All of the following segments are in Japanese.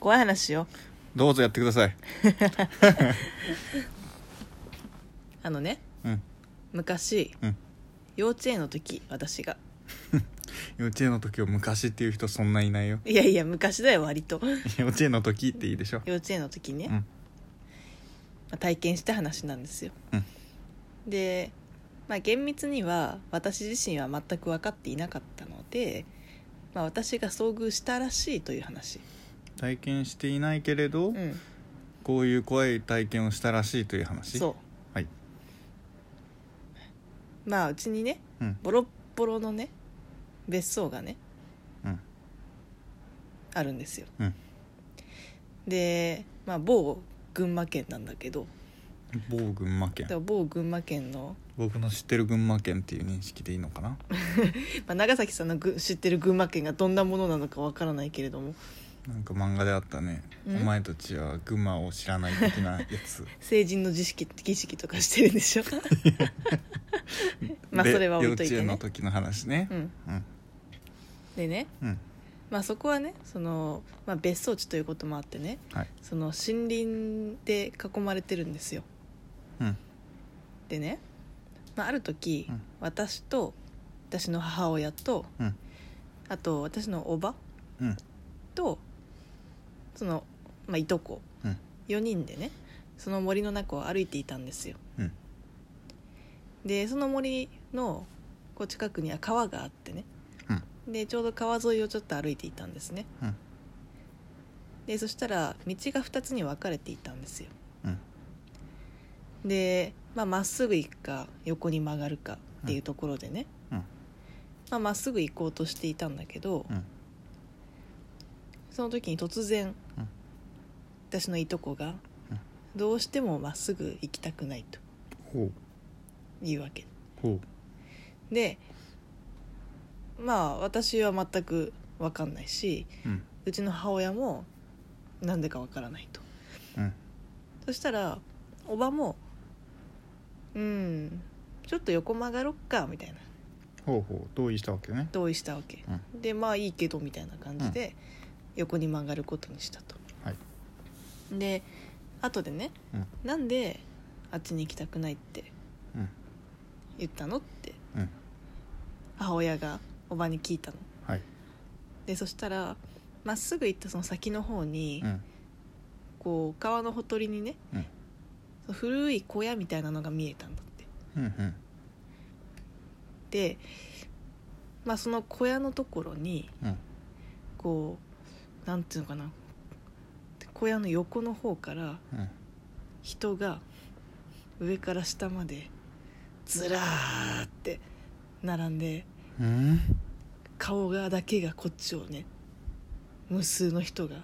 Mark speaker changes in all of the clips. Speaker 1: 怖い話しよう
Speaker 2: どうぞやってください
Speaker 1: あのね
Speaker 2: うん
Speaker 1: 昔、
Speaker 2: うん
Speaker 1: 幼稚園の時私が
Speaker 2: 幼稚園の時を昔っていう人そんないないよ
Speaker 1: いやいや昔だよ割と
Speaker 2: 幼稚園の時っていいでしょ
Speaker 1: 幼稚園の時ね、
Speaker 2: うん
Speaker 1: まあ体験した話なんですよ、
Speaker 2: うん
Speaker 1: で、まあ、厳密には私自身は全く分かっていなかったので、まあ、私が遭遇したらしいという話、
Speaker 2: 体験していないけれど、
Speaker 1: うん、
Speaker 2: こういう怖い体験をしたらしいという話
Speaker 1: そう
Speaker 2: はいう
Speaker 1: まあうちにね
Speaker 2: うん
Speaker 1: ボロッボロのね別荘がね
Speaker 2: うん
Speaker 1: あるんですよ、
Speaker 2: うん
Speaker 1: で、まあ、某群馬県なんだけど
Speaker 2: 某群馬県
Speaker 1: でも某群馬県の、
Speaker 2: 僕の知ってる群馬県っていう認識でいいのかな
Speaker 1: まあ、長崎さんのぐ知ってる群馬県がどんなものなのかわからないけれども
Speaker 2: なんか漫画であったね、
Speaker 1: うん
Speaker 2: お前たちは群馬を知らない的なやつ
Speaker 1: 成人の儀式儀式とかしてるんで しょ まあ
Speaker 2: で
Speaker 1: それは置いといて
Speaker 2: 幼稚園の
Speaker 1: ね、
Speaker 2: 時の話ね
Speaker 1: うん、
Speaker 2: うん
Speaker 1: でね、
Speaker 2: うん、
Speaker 1: まあ、そこはねその、まあ、別荘地ということもあってね
Speaker 2: はい
Speaker 1: その森林で囲まれてるんですよ
Speaker 2: うん
Speaker 1: でね、まあ、ある時、
Speaker 2: うん
Speaker 1: 私と私の母親と
Speaker 2: うん
Speaker 1: あと私のおば
Speaker 2: うん
Speaker 1: とその、まあ、いとこ
Speaker 2: うん
Speaker 1: 4人でねその森の中を歩いていたんですよ
Speaker 2: うん
Speaker 1: でその森のこう近くには川があってね、でちょうど川沿いをちょっと歩いていたんですね
Speaker 2: うん
Speaker 1: でそしたら道が2つに分かれていたんですよ
Speaker 2: うん
Speaker 1: でまあ、まっすぐ行くか横に曲がるかっていうところでね
Speaker 2: うん
Speaker 1: まあまっすぐ行こうとしていたんだけど、
Speaker 2: うん
Speaker 1: その時に突然、
Speaker 2: うん
Speaker 1: 私のいとこが、
Speaker 2: うん
Speaker 1: どうしてもまっすぐ行きたくないと
Speaker 2: ほう
Speaker 1: いうわけ
Speaker 2: ほ
Speaker 1: でまあ私は全く分かんないし
Speaker 2: ううん
Speaker 1: うちの母親もなんでか分からないと
Speaker 2: うん
Speaker 1: そしたらおばも「うんちょっと横曲がろっか」みたいな
Speaker 2: ほうほう同意したわけね
Speaker 1: 同意したわけ、でまあいいけどみたいな感じで横に曲がることにしたと、
Speaker 2: はい
Speaker 1: で後でね、
Speaker 2: うん
Speaker 1: なんであっちに行きたくないって
Speaker 2: うん
Speaker 1: 言ったのって
Speaker 2: うん
Speaker 1: 母親がおばに聞いたの
Speaker 2: はい
Speaker 1: でそしたらまっすぐ行ったその先の方に、
Speaker 2: うん
Speaker 1: こう川のほとりにね、
Speaker 2: うん
Speaker 1: その古い小屋みたいなのが見えたんだって
Speaker 2: うんうん
Speaker 1: で、まあ、その小屋のところに
Speaker 2: うん
Speaker 1: こうなんていうのかな小屋の横の方から
Speaker 2: うん
Speaker 1: 人が上から下までずらーって並んで
Speaker 2: うん
Speaker 1: 顔がだけがこっちをね無数の人が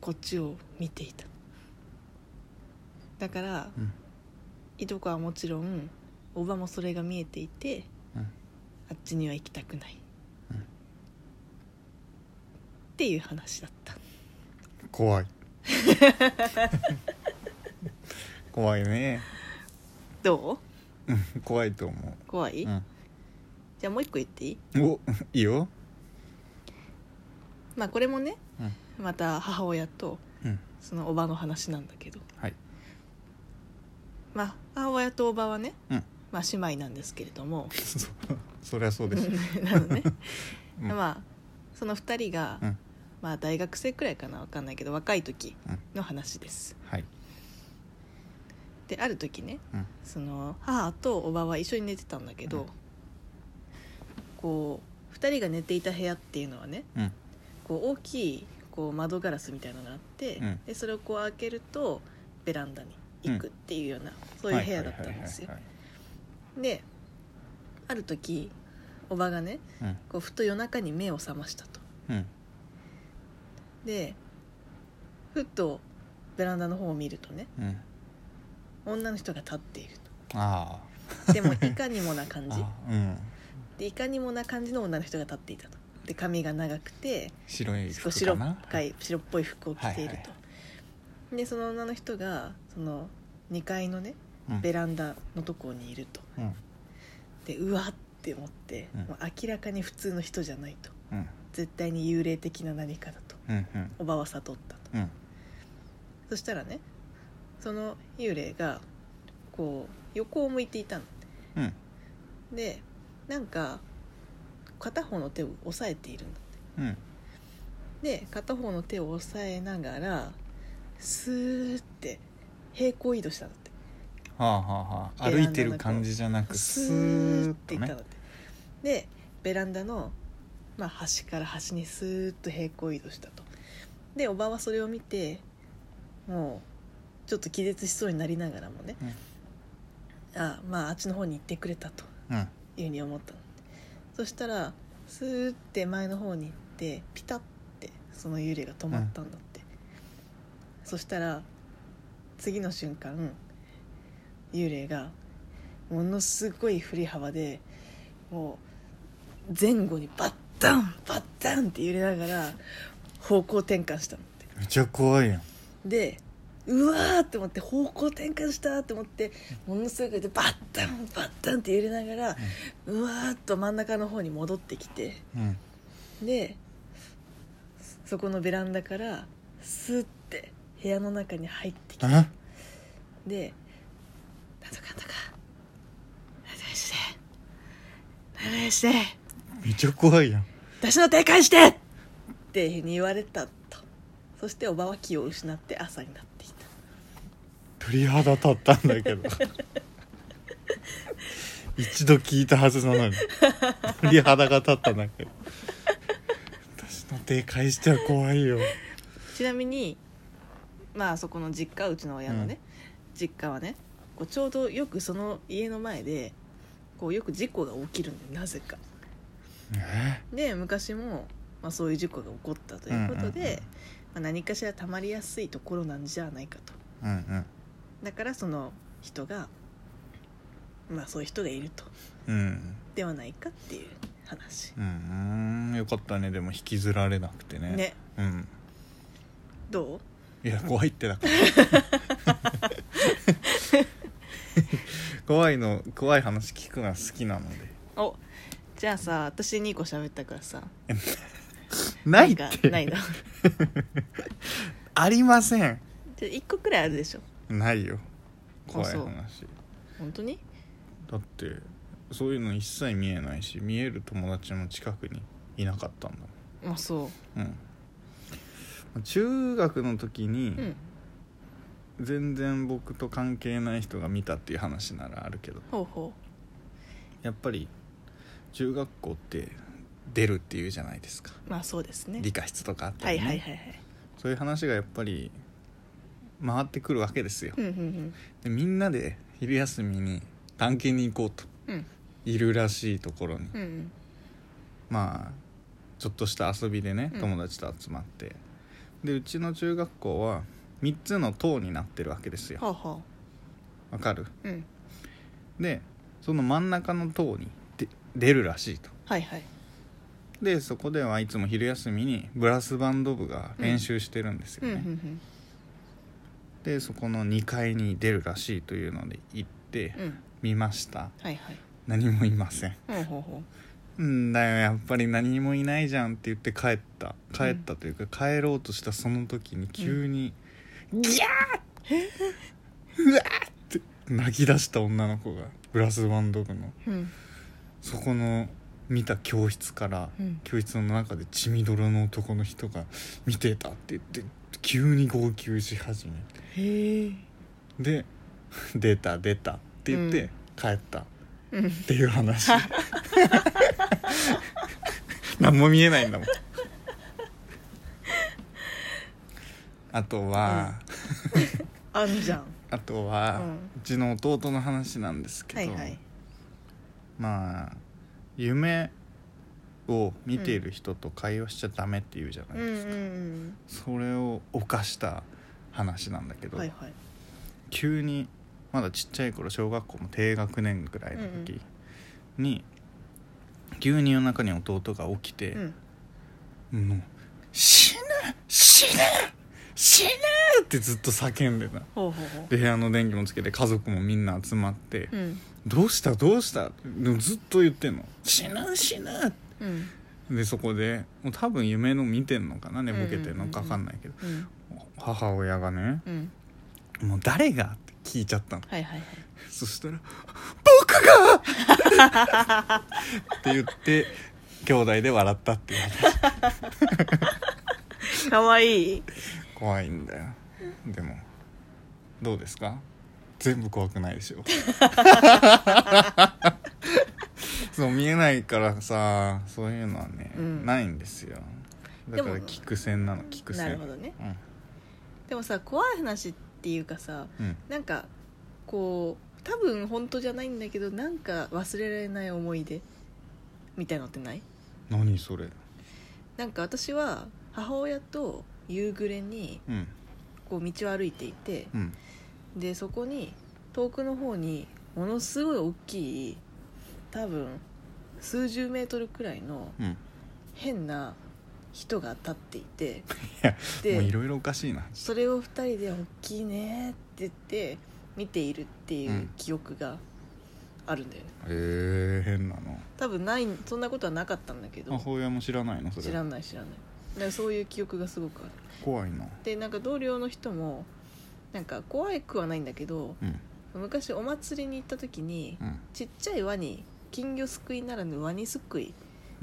Speaker 1: こっちを見ていただから、
Speaker 2: うん
Speaker 1: いとこはもちろんおばもそれが見えていて
Speaker 2: うん
Speaker 1: あっちには行きたくない、
Speaker 2: うん
Speaker 1: っていう話だった
Speaker 2: 怖い 怖いね
Speaker 1: ど
Speaker 2: うん怖いと思
Speaker 1: う怖い、
Speaker 2: う、うん、
Speaker 1: じゃあもう一個言っていい
Speaker 2: おいいよ
Speaker 1: まあこれもね、
Speaker 2: う
Speaker 1: また母親と
Speaker 2: うん
Speaker 1: そのおばの話なんだけど
Speaker 2: はい
Speaker 1: まあ母親とおばはね、
Speaker 2: うん
Speaker 1: まあ、姉妹なんですけれども
Speaker 2: そそりゃそうです、
Speaker 1: なのね、
Speaker 2: うん
Speaker 1: まあその2人が、
Speaker 2: うん
Speaker 1: まあ、大学生くらいかな分かんないけど若い時の話です、
Speaker 2: はい、
Speaker 1: である時ね
Speaker 2: うん、
Speaker 1: その母とおばは一緒に寝てたんだけど、
Speaker 2: うん
Speaker 1: こう2人が寝ていた部屋っていうのはね
Speaker 2: うん
Speaker 1: こう大きいこう窓ガラスみたいなのがあって、
Speaker 2: うん
Speaker 1: でそれをこう開けるとベランダに行くっていうような、そういう部屋だったんですよ
Speaker 2: はい
Speaker 1: である時おばがね
Speaker 2: はいはいはい
Speaker 1: こうふと夜中に目を覚ましたと
Speaker 2: うんうん
Speaker 1: でふっとベランダの方を見るとね
Speaker 2: うん
Speaker 1: 女の人が立っている
Speaker 2: あ
Speaker 1: とでもいかにもな感
Speaker 2: ー
Speaker 1: じ
Speaker 2: あーうん
Speaker 1: でいかにもな感じの女の人が立っていたとで髪が長くて
Speaker 2: 白い
Speaker 1: 少
Speaker 2: 服
Speaker 1: し白
Speaker 2: か
Speaker 1: っ
Speaker 2: な
Speaker 1: ぽい白っぽい服を着ていると、
Speaker 2: はいは
Speaker 1: でその女の人がその2階のね
Speaker 2: うん
Speaker 1: ベランダのとこにいると
Speaker 2: うん
Speaker 1: でうわって思って、
Speaker 2: うん
Speaker 1: もう明らかに普通の人じゃないと
Speaker 2: うん
Speaker 1: 絶対に幽霊的な何かだと
Speaker 2: うんうん
Speaker 1: おばは悟ったと
Speaker 2: うん
Speaker 1: そしたらねその幽霊がこう横を向いていたの
Speaker 2: うん
Speaker 1: でなんか片方の手を押さえているんだ
Speaker 2: うん
Speaker 1: で片方の手を押さえながらスーって平行移動したんだって
Speaker 2: はあはあはあ
Speaker 1: ベラン
Speaker 2: 歩
Speaker 1: ダの
Speaker 2: いてる感じじゃなく
Speaker 1: ス
Speaker 2: ス
Speaker 1: ーっ
Speaker 2: ーッ
Speaker 1: てい
Speaker 2: と
Speaker 1: った
Speaker 2: ね
Speaker 1: のって、でベランダの、まあ、端から端にスーッと平行移動したとでおばはそれを見てもうちょっと気絶しそうになりながらもね、あまああっちの方に行ってくれたと
Speaker 2: うん
Speaker 1: いうふうに思ったのそしたらスーッて前の方に行ってピタッてその幽霊が止まったんだって、そしたら次の瞬間幽霊がものすごい振り幅でもう前後にバッタンバッタンって揺れながら方向転換したのって
Speaker 2: めっちゃ怖いやん
Speaker 1: でうわーって思って方向転換したって思ってものすごくでバッタンバッタンって揺れながら、うわーっと真ん中の方に戻ってきて
Speaker 2: うん
Speaker 1: でそこのベランダからスッて部屋の中に入ってきて
Speaker 2: あ
Speaker 1: で「なんとかなんとかなんとかしてなんとかして
Speaker 2: めっちゃ怖いやん
Speaker 1: 私の手返して!」っていうふうに言われたとそしておばは気を失って朝になっていた。
Speaker 2: 鳥肌立ったんだけ ど一度聞いたはずなのに鳥肌が立ったんだけど私の手返しては怖いよ
Speaker 1: ちなみにまあそこの実家うちの親のね、実家はねこうちょうどよくその家の前でこうよく事故が起きるんだよなぜか
Speaker 2: え
Speaker 1: で昔も、まあ、そういう事故が起こったということで、
Speaker 2: うんうんうん
Speaker 1: まあ、何かしら溜まりやすいところなんじゃないかと
Speaker 2: うんうん
Speaker 1: だからその人がまあそういう人がいると
Speaker 2: うん
Speaker 1: ではないかっていう話
Speaker 2: うんうんよかったねでも引きずられなくてね
Speaker 1: ね
Speaker 2: うん
Speaker 1: どう
Speaker 2: いや怖いって だから怖いの怖い話聞くのは好きなので
Speaker 1: おじゃあさ私2個喋ったからさ
Speaker 2: ないっ
Speaker 1: んか
Speaker 2: て
Speaker 1: ないの
Speaker 2: ありません
Speaker 1: 1個くらいあるでしょ
Speaker 2: ないよ
Speaker 1: あ
Speaker 2: 怖い
Speaker 1: そう
Speaker 2: 話
Speaker 1: 本当に
Speaker 2: だってそういうの一切見えないし見える友達も近くにいなかったんだ
Speaker 1: まあそう
Speaker 2: もんうん中学の時に
Speaker 1: うん、
Speaker 2: 全然僕と関係ない人が見たっていう話ならあるけど
Speaker 1: ほうほ
Speaker 2: やっぱり中学校って出るっていうじゃないですか
Speaker 1: うまあそうですね
Speaker 2: 理科室とかあった
Speaker 1: は
Speaker 2: り
Speaker 1: い
Speaker 2: ね
Speaker 1: はいはいはい
Speaker 2: そういう話がやっぱり回ってくるわけですよ
Speaker 1: うんうん
Speaker 2: でみんなで昼休みに探検に行こうと
Speaker 1: うんうん
Speaker 2: いるらしいところに
Speaker 1: うんうん
Speaker 2: まあちょっとした遊びでね
Speaker 1: うん
Speaker 2: 友達と集まって、でうちの中学校は3つの棟になってるわけですよ
Speaker 1: ほうほ
Speaker 2: わかる
Speaker 1: ううん
Speaker 2: でその真ん中の棟にで出るらしいと
Speaker 1: はいはい
Speaker 2: でそこではいつも昼休みにブラスバンド部が練習してるんです
Speaker 1: う
Speaker 2: よ
Speaker 1: んう
Speaker 2: ね、
Speaker 1: んうん
Speaker 2: でそこの2階に出るらしいというので行って
Speaker 1: うん
Speaker 2: 見ました
Speaker 1: はいはい
Speaker 2: 何もいません
Speaker 1: ほうほうほ
Speaker 2: うんだよやっぱり何もいないじゃんって言って帰った帰ったというか、帰ろうとしたその時に急に、ギャーうわーって泣き出した女の子がブラスバンド部の
Speaker 1: ううん
Speaker 2: そこの見た教室から、
Speaker 1: うん
Speaker 2: 教室の中で血みどろの男の人が見てたって言って急に号泣し始め
Speaker 1: へえ
Speaker 2: てで 「出た出た」って言って、
Speaker 1: うん
Speaker 2: 帰ったっ
Speaker 1: うん
Speaker 2: ていう話 何も見えないんだもんあとは、
Speaker 1: あんじゃ ん
Speaker 2: あとは、
Speaker 1: うん
Speaker 2: うちの弟の話なんですけど、
Speaker 1: はいはい
Speaker 2: まあ夢を見ている人と会話しちゃダメって言うじゃな
Speaker 1: う
Speaker 2: い
Speaker 1: んう
Speaker 2: です
Speaker 1: ん
Speaker 2: か、
Speaker 1: うん
Speaker 2: それを犯した話なんだけど、
Speaker 1: はいはい
Speaker 2: 急にまだちっちゃい頃小学校の低学年ぐらいの時に、急に夜中に弟が起きて
Speaker 1: う、ん
Speaker 2: もう「死ぬ死ぬ死ぬ!」ってずっと叫んでた
Speaker 1: ほうほうほ
Speaker 2: で部屋の電気もつけて家族もみんな集まって、
Speaker 1: ううん
Speaker 2: どうしたどうしたでもずっと言ってんの死ぬ死ぬ
Speaker 1: うん
Speaker 2: でそこでもう多分夢の見てんのかな寝ぼけてるのか分かんないけど、
Speaker 1: うん
Speaker 2: 母親がね
Speaker 1: うん
Speaker 2: 「もう誰が?」って聞いちゃったの
Speaker 1: はいはいはい
Speaker 2: そしたら「僕が!」って言って兄弟で笑ったっていう話
Speaker 1: 可愛い
Speaker 2: 怖いんだよでもどうですか全部怖くないでしょそう見えないからさそういうのはね、
Speaker 1: うん
Speaker 2: ないんですよだから
Speaker 1: でも
Speaker 2: 聞く線なの聞く線
Speaker 1: なるほどね
Speaker 2: うん
Speaker 1: でもさ怖い話っていうかさ
Speaker 2: うん
Speaker 1: なんかこう多分本当じゃないんだけどなんか忘れられない思い出みたいのってない
Speaker 2: 何それ
Speaker 1: なんか私は母親と夕暮れに
Speaker 2: うん
Speaker 1: こう道を歩いていて
Speaker 2: うん
Speaker 1: でそこに遠くの方にものすごい大きい多分数十メートルくらいの
Speaker 2: うんも
Speaker 1: 変な人が立っていて
Speaker 2: やうい
Speaker 1: で
Speaker 2: ろいろおかしいな
Speaker 1: それを2人で「大きいね」って言って見ているってい
Speaker 2: うん
Speaker 1: う記憶があるんだよね
Speaker 2: えー、変なの
Speaker 1: 多分ないそんなことはなかったんだけど
Speaker 2: 母親も知らないのそれ
Speaker 1: 知らない知らないだからそういう記憶がすごくある
Speaker 2: 怖いな
Speaker 1: でなんか同僚の人もなんか怖くはないんだけど
Speaker 2: うん
Speaker 1: 昔お祭りに行った時に
Speaker 2: うん
Speaker 1: ちっちゃいワニ金魚すくいならぬワニすくいっ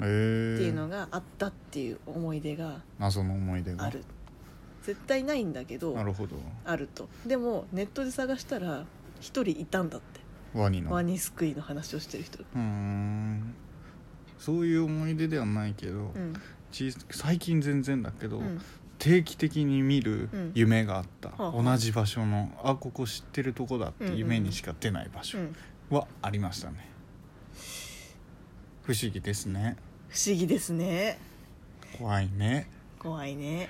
Speaker 2: え
Speaker 1: て
Speaker 2: ー、
Speaker 1: いうのがあったっていう思い出が
Speaker 2: 謎の思い出が
Speaker 1: ある絶対ないんだけど
Speaker 2: なるほど
Speaker 1: あるとでもネットで探したら一人いたんだって
Speaker 2: ワニの
Speaker 1: ワニすくいの話をしてる人
Speaker 2: うーんそういう思い出ではないけど、
Speaker 1: うん
Speaker 2: 小さ最近全然だけど、
Speaker 1: うん
Speaker 2: 定期的に見る
Speaker 1: うん
Speaker 2: 夢があった、
Speaker 1: はあはあ
Speaker 2: 同じ場所のあここ知ってるとこだって夢にしか出ない場所
Speaker 1: うん
Speaker 2: はありましたね、不思議ですね
Speaker 1: 不思議ですね
Speaker 2: 怖いね
Speaker 1: 怖いね